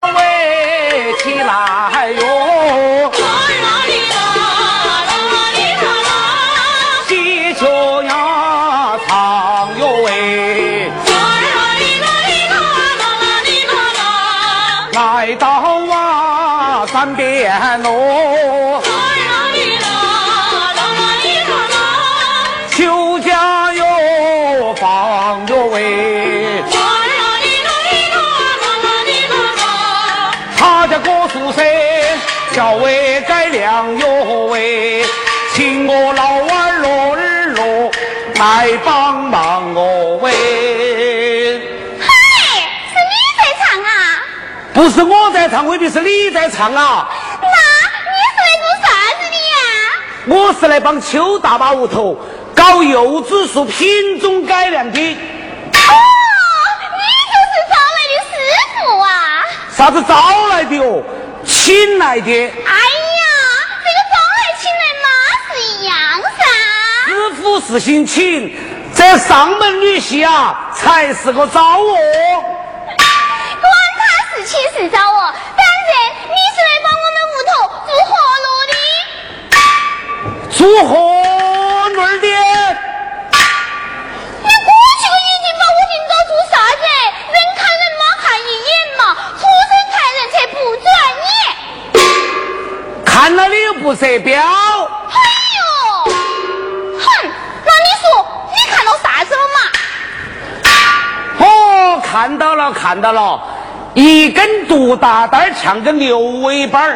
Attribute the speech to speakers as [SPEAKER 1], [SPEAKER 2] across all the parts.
[SPEAKER 1] 哎
[SPEAKER 2] 来到啊三边路，邱家有房有位，他家郭素身小为改良有位，请我老二罗二罗来帮忙我喂。
[SPEAKER 3] 嘿，是你在唱啊？
[SPEAKER 2] 不是我在唱，未必是你在唱啊！
[SPEAKER 3] 那你是来做啥子的呀？
[SPEAKER 2] 我是来帮邱大妈屋头搞柚子树品种改良的。
[SPEAKER 3] 哦，你就是招来的师傅啊！
[SPEAKER 2] 啥子招来的哦？请来的
[SPEAKER 3] 哎呀，这个招来请来嘛是一样噻。
[SPEAKER 2] 师傅是姓请，这上门女婿啊才是个招哦。
[SPEAKER 3] 管他是亲是招哦，反正你是来帮我们屋头做活路的。
[SPEAKER 2] 祝贺女儿的，
[SPEAKER 3] 你过去个眼睛把我领导做啥子？人看人嘛看一眼嘛，畜生看人才不转眼。
[SPEAKER 2] 看了你又不射标，
[SPEAKER 3] 哎呦，哼，那你说你看到啥子了嘛？
[SPEAKER 2] 哦，看到了看到了，一根独大单儿像个牛尾巴儿。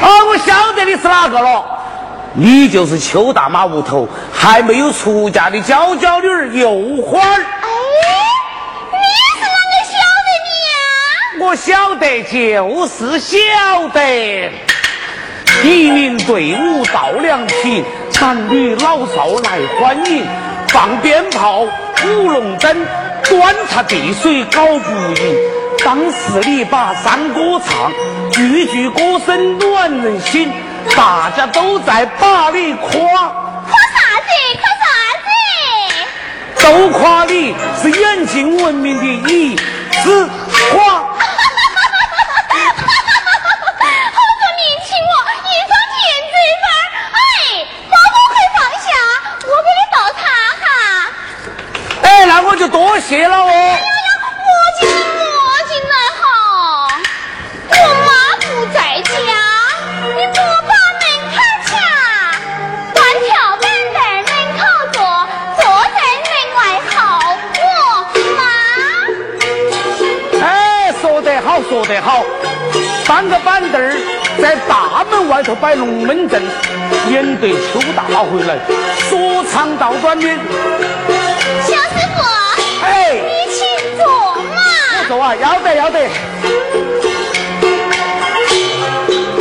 [SPEAKER 2] 哦，我晓得你是哪个了，你就是邱大妈屋头还没有出嫁的娇娇女儿幼花儿。
[SPEAKER 3] 哎，你是啷个晓得的呀？
[SPEAKER 2] 我晓得，就是晓得。一名队伍到两匹，男女老少来欢迎，放鞭炮，舞龙灯，端茶递水搞不赢。当时你把山歌唱，句句歌声暖人心，大家都在把你夸，
[SPEAKER 3] 夸啥子？夸啥子？
[SPEAKER 2] 都夸你是远近闻名的一枝花。
[SPEAKER 3] 好不年轻哦，一张甜嘴巴儿。哎，把我快放下，我给你倒茶哈。
[SPEAKER 2] 哎，那我就多谢了哦。
[SPEAKER 3] 哎呀，我进来，我进来哈。我妈不在家，你莫把门口卡，端条板在门口坐，坐在门外吼我妈。
[SPEAKER 2] 哎，说得好，说得好，搬个板凳儿在大门外头摆龙门阵，面对邱大妈回来，说长道短的，
[SPEAKER 3] 小师傅，
[SPEAKER 2] 哎，
[SPEAKER 3] 你请坐嘛。
[SPEAKER 2] 走啊，要得要得，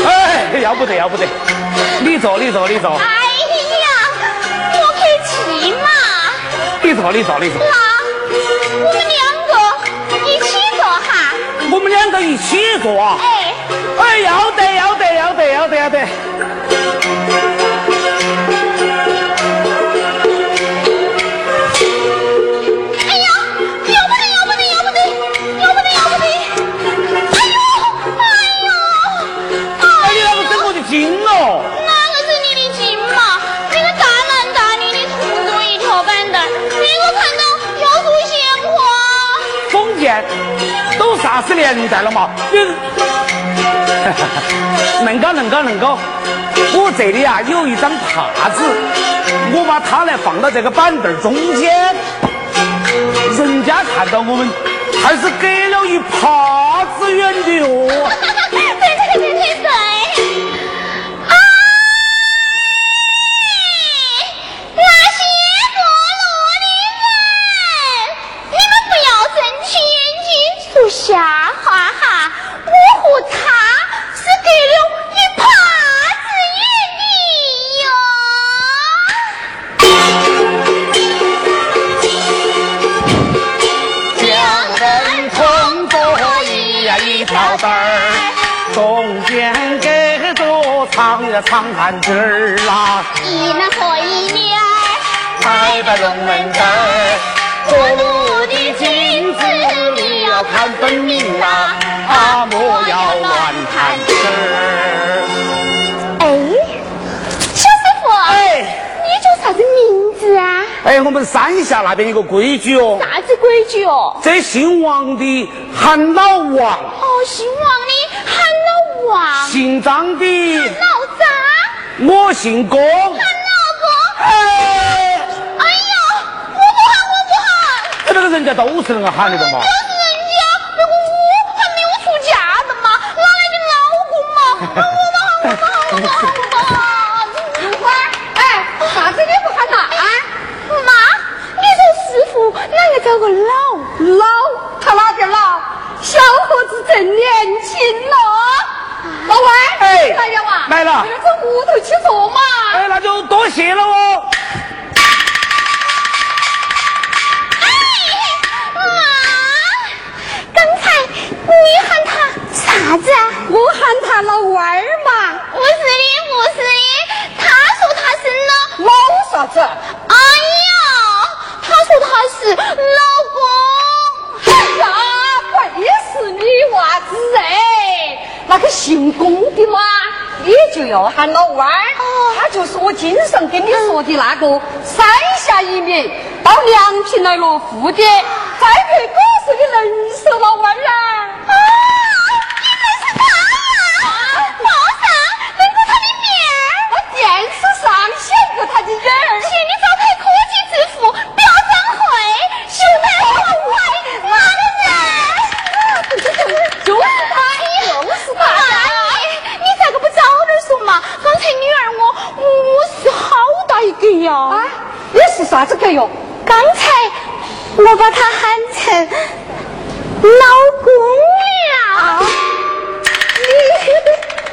[SPEAKER 2] 哎，要不得要不得，你坐你坐你坐
[SPEAKER 3] 哎呀，我客气嘛。
[SPEAKER 2] 你坐你坐你坐，
[SPEAKER 3] 那我们两个一起坐哈。
[SPEAKER 2] 我们两个一起坐啊，
[SPEAKER 3] 哎，
[SPEAKER 2] 哎，要得要得要得要得哎要得，
[SPEAKER 3] 哎呀，要不得，要不得，要不得，要不得，要不得。哎呦，哎呦，
[SPEAKER 2] 哎，
[SPEAKER 3] 哎
[SPEAKER 2] 你
[SPEAKER 3] 呦，
[SPEAKER 2] 那个整我就惊了。
[SPEAKER 3] 哪个是你的亲嘛？那个大男大女的同坐一条板凳，别个看到要吐鲜花。
[SPEAKER 2] 封建都啥子年代了嘛？你 能高能高能高！我这里啊有一张帕子，我把它来放到这个板凳中间，人家看到我们还是隔了一帕子远的哦。
[SPEAKER 3] 对对对对对！哎，那些堕落的人，你们不要睁起眼睛说瞎话哈！我和他是隔了一耙子远的哟。
[SPEAKER 2] 两人同坐一呀一条凳儿，中间隔着长呀长杆子儿啦。
[SPEAKER 3] 一男和一女儿，
[SPEAKER 2] 拍摆哎龙门阵儿，
[SPEAKER 3] 过路的君子你要看分明啊
[SPEAKER 2] 啊莫要乱弹指儿。
[SPEAKER 3] 哎，小师傅，
[SPEAKER 2] 哎
[SPEAKER 3] 你叫啥子名字啊？
[SPEAKER 2] 哎，我们山下那边有个规矩哦，
[SPEAKER 3] 啥子规矩哦？
[SPEAKER 2] 这姓王的喊老王，
[SPEAKER 3] 哦，
[SPEAKER 1] 姓王的喊老王，
[SPEAKER 2] 姓张的
[SPEAKER 1] 老张
[SPEAKER 2] 我姓龚。哎，
[SPEAKER 1] 喊老公。哎呀，我不喊，我不喊，
[SPEAKER 2] 这个人家都是恁喊的嘛。
[SPEAKER 1] 可是人家那个我还没有出嫁的嘛，哪来的老公嘛？我不喊，我不
[SPEAKER 3] 哎
[SPEAKER 1] 喊，我不喊，我不喊。
[SPEAKER 3] 如花，哎，啥子你不喊呐？啊，
[SPEAKER 1] 妈，你说师傅哪个找个老？
[SPEAKER 3] 老，他哪个老？小伙子正年轻咯。老外，
[SPEAKER 2] 哎
[SPEAKER 3] 来了哇，
[SPEAKER 2] 来了
[SPEAKER 3] 你们这屋头去坐嘛。
[SPEAKER 2] 哎，那就多谢了哦。
[SPEAKER 1] 妈，刚才你喊他啥子？
[SPEAKER 3] 啊我喊他老外儿嘛，
[SPEAKER 1] 不是的，不是的，他说他是老，
[SPEAKER 3] 老啥子？
[SPEAKER 1] 哎呀，他说他是老
[SPEAKER 3] 哎呀，背是女娃子哎，那个姓龚的嘛，你就要喊老弯儿，
[SPEAKER 1] 哦
[SPEAKER 3] 他就是我经常跟你说的那个山下一名到梁平来落户的，
[SPEAKER 1] 啊
[SPEAKER 3] 栽培果树的能手老弯儿啊。
[SPEAKER 1] 公。啊，原来是他啊！报上认过他的名儿。
[SPEAKER 3] 我电视上写过他的人儿
[SPEAKER 1] 请，你招牌科技之父表彰会，秀才好坏妈
[SPEAKER 3] 就
[SPEAKER 1] 的人，
[SPEAKER 3] 是他，就是他呀。
[SPEAKER 1] 你你咋个不早点说嘛？刚才女儿我我是好大一个
[SPEAKER 3] 啊
[SPEAKER 1] 呀！，
[SPEAKER 3] 你是啥子鬼哟？
[SPEAKER 1] 刚才我把他喊成老公了。
[SPEAKER 3] 你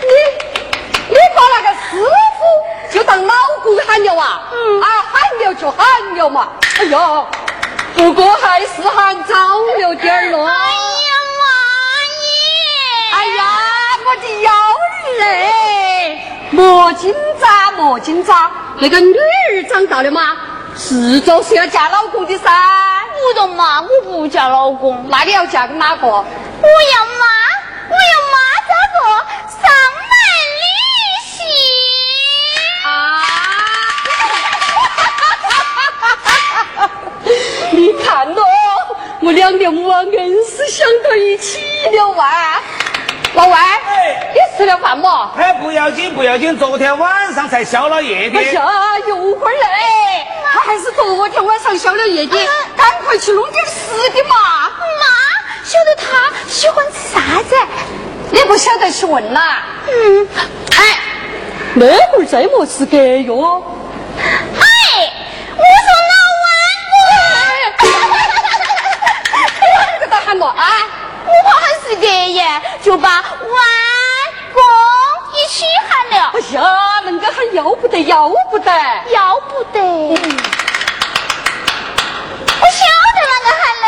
[SPEAKER 3] 你你把那个师傅就当老公喊了啊？
[SPEAKER 1] 嗯
[SPEAKER 3] 啊，喊了就喊了嘛。哎呀，不过还是喊早了点儿咯。
[SPEAKER 1] 哎呀妈耶！
[SPEAKER 3] 哎呀，我的幺儿嘞，莫紧张，莫紧张，那个女儿长大了嘛，迟早是要嫁老公的噻。
[SPEAKER 1] 不懂嘛，我不嫁老公。
[SPEAKER 3] 那你要嫁给哪个？
[SPEAKER 1] 我要妈，我要妈找个上门女婿。
[SPEAKER 3] 啊！啊 你看咯，我两个母娃硬是想到一起了哇！老外，
[SPEAKER 2] 哎
[SPEAKER 3] 你吃了饭没？
[SPEAKER 2] 哎，不要紧，不要紧，昨天晚上才消了夜的
[SPEAKER 3] 哎。呀，有会儿嘞，他还是昨天晚上消了夜的，赶快去弄点吃的嘛！
[SPEAKER 1] 啊妈，晓得他喜欢吃啥子？
[SPEAKER 3] 你不晓得去问呐？
[SPEAKER 1] 嗯，哎
[SPEAKER 3] 那会儿怎么吃给哟？
[SPEAKER 1] 哎，我说老王
[SPEAKER 3] 哪个在喊我啊？
[SPEAKER 1] 我，我怕喊是爷爷，就把弯公一起喊了
[SPEAKER 3] 哎，呀，恁个喊要不得，要不得！
[SPEAKER 1] 要不得。我晓得啷个喊了，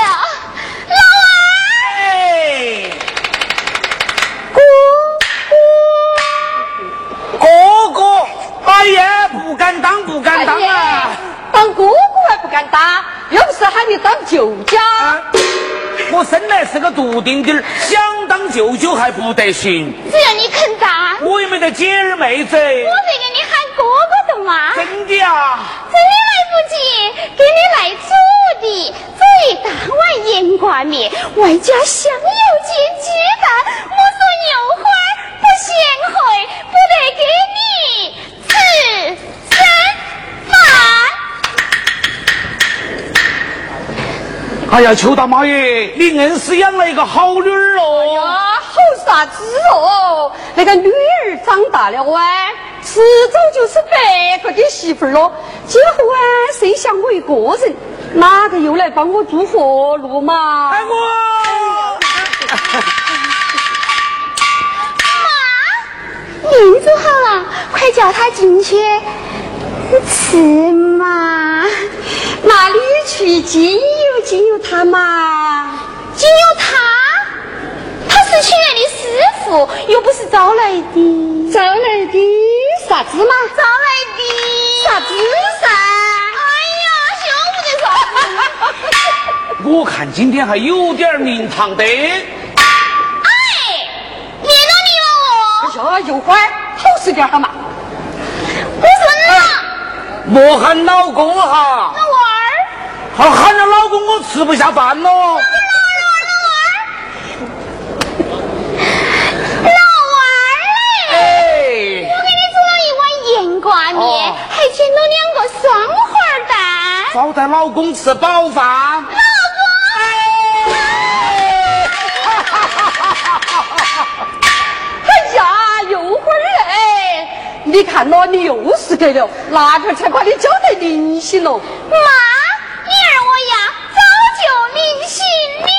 [SPEAKER 1] 老王。
[SPEAKER 2] 哎，哥哥，哎呀，不敢当，不敢当啊！！
[SPEAKER 3] 当哥哥还不敢当，要不是喊你当舅家，
[SPEAKER 2] 啊我生来是个独丁丁儿，想当舅舅还不得行，
[SPEAKER 1] 只要你肯打，我
[SPEAKER 2] 我也没得姐儿妹子，
[SPEAKER 1] 再给你喊哥哥的嘛。真的
[SPEAKER 2] 真的啊！
[SPEAKER 1] 来不及，给你来煮的，煮一大碗盐挂面，外加香油煎鸡蛋。我说有花不贤惠，不得给你吃蒸饭。
[SPEAKER 2] 哎呀，邱大妈耶，你硬是养了一个好女儿哦！
[SPEAKER 3] 啊，好啥子哦？那个女儿长大了哇，迟早就是别个的媳妇儿咯。今后啊，剩下我一个人，哪个又来帮我做活路嘛？
[SPEAKER 2] 哎我，
[SPEAKER 1] 妈，面煮好了，快叫他进去吃嘛。
[SPEAKER 3] 哪里去经由经由他嘛？
[SPEAKER 1] 仅有他，他是屈原的师傅，又不是招来的。
[SPEAKER 3] 招来的啥子嘛？
[SPEAKER 1] 找来的
[SPEAKER 3] 啥子
[SPEAKER 1] 噻？哎呀，晓不得啥子。
[SPEAKER 3] 哎
[SPEAKER 2] 我看今天还有点儿名堂的。
[SPEAKER 1] 哎，你呢你
[SPEAKER 3] 哎
[SPEAKER 1] 哦？
[SPEAKER 3] 呀，油花儿，好吃点儿好嘛？
[SPEAKER 1] 我说呢，
[SPEAKER 2] 莫喊老公哈、
[SPEAKER 1] 老娃儿，
[SPEAKER 2] 好喊了老公我吃不下饭喽。
[SPEAKER 1] 老娃儿，老娃儿。
[SPEAKER 2] 哎哦带老公吃饱饭。
[SPEAKER 3] 哎呀，有会儿哎，你看咯，你又是给了，那个才把你教得灵醒喽。
[SPEAKER 1] 妈，你儿我呀早就明醒了。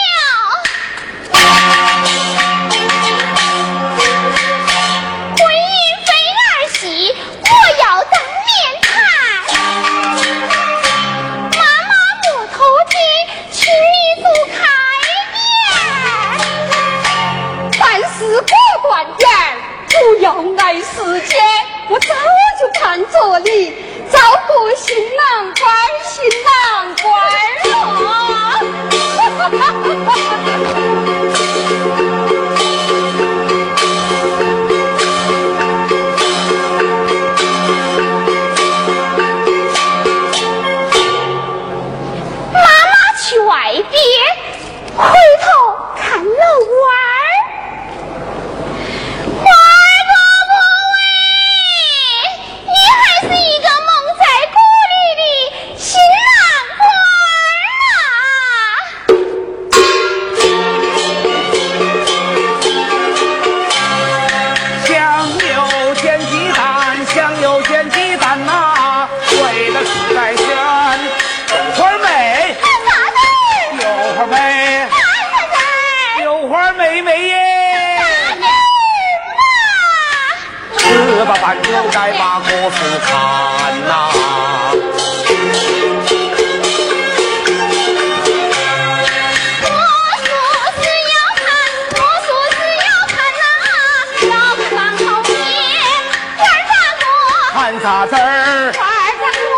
[SPEAKER 1] 婚姻非儿戏，我要当面谈。妈妈木头精，取一副开面。
[SPEAKER 3] 办事果断点儿，不要碍时间。我早就看着你，照顾新郎官儿，新郎官儿啊！
[SPEAKER 1] 妈妈去外边，回头看了娃儿，娃儿伯伯喂，你还是一个蒙在鼓里的新郎官儿啊！
[SPEAKER 2] 想有煎鸡蛋，想有煎鸡蛋呐、为的是在选有花美，
[SPEAKER 1] 啥子？
[SPEAKER 2] 有花美，
[SPEAKER 1] 啥子？
[SPEAKER 2] 有花美美耶。
[SPEAKER 1] 啥子嘛？
[SPEAKER 2] 吃吧饭就该把国事看呐、
[SPEAKER 1] 我说是要看，我说是要看呐，老子当好爹，官儿大哥。
[SPEAKER 2] 看啥子
[SPEAKER 1] 哎
[SPEAKER 2] 儿？看啥子儿？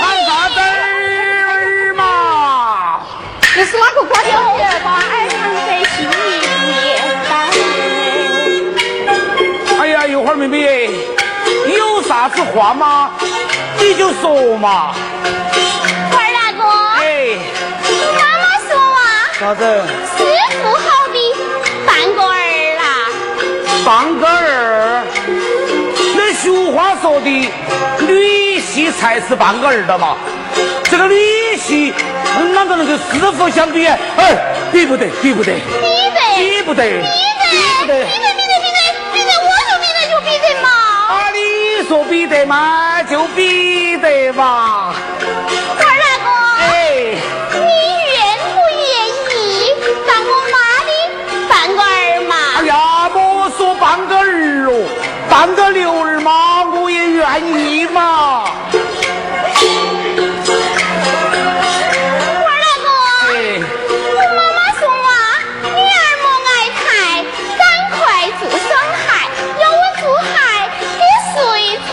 [SPEAKER 2] 看啥子儿嘛？
[SPEAKER 3] 你是哪个官儿爹吧？
[SPEAKER 2] 哎呀，有花妹妹，有啥子话嘛，你就说嘛。
[SPEAKER 1] 二大哥，
[SPEAKER 2] 哎，
[SPEAKER 1] 妈妈说啊，
[SPEAKER 2] 啥子？
[SPEAKER 1] 师傅好比半个儿啦。
[SPEAKER 2] 半个儿。那俗话说的，女婿才是半个儿的嘛。这个女婿，哪个能跟师傅相比？哎，比不得，比不得，
[SPEAKER 1] 闭嘴！
[SPEAKER 2] 比不得，
[SPEAKER 1] 闭嘴！闭
[SPEAKER 2] 比不
[SPEAKER 1] 嘴！
[SPEAKER 2] 得。
[SPEAKER 1] 闭嘴！闭嘴！闭嘴！我说闭嘴就闭嘴嘛。
[SPEAKER 2] 啊，你说比得嘛，就比得嘛。
[SPEAKER 1] 二
[SPEAKER 2] 哎，
[SPEAKER 1] 大哥，你愿不愿意当我妈的半个儿
[SPEAKER 2] 哎
[SPEAKER 1] 嘛？
[SPEAKER 2] 呀，莫说半个儿哦，半个牛儿嘛，我也愿意嘛。
[SPEAKER 1] 二大哥。
[SPEAKER 2] 哎。
[SPEAKER 1] 我妈妈说啊，女儿莫爱太，赶快做伤害，要我做害给谁穿？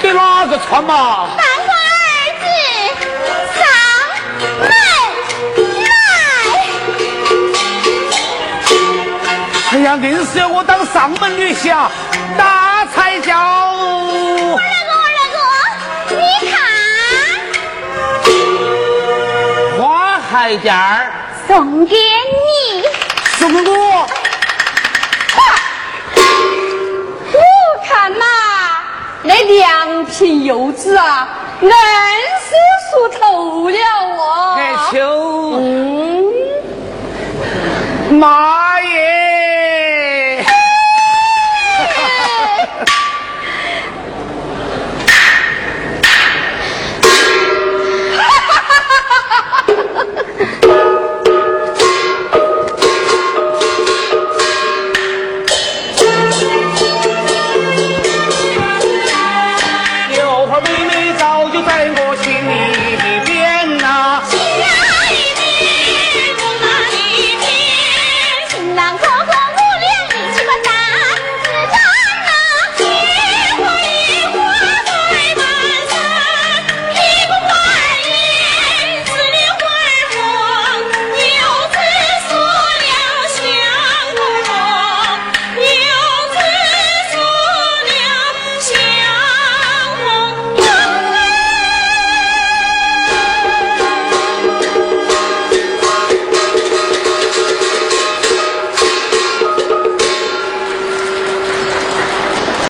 [SPEAKER 2] 给哪个穿嘛？
[SPEAKER 1] 半个儿子上门来，
[SPEAKER 2] 哎呀，硬是要我当上门女婿啊，那才叫
[SPEAKER 1] 二哥二哥，你看
[SPEAKER 2] 花海点儿
[SPEAKER 1] 送给你，
[SPEAKER 2] 送给我。
[SPEAKER 3] 我看呐、那良品幼子啊，硬是熟透了哦。
[SPEAKER 2] 哎，秋，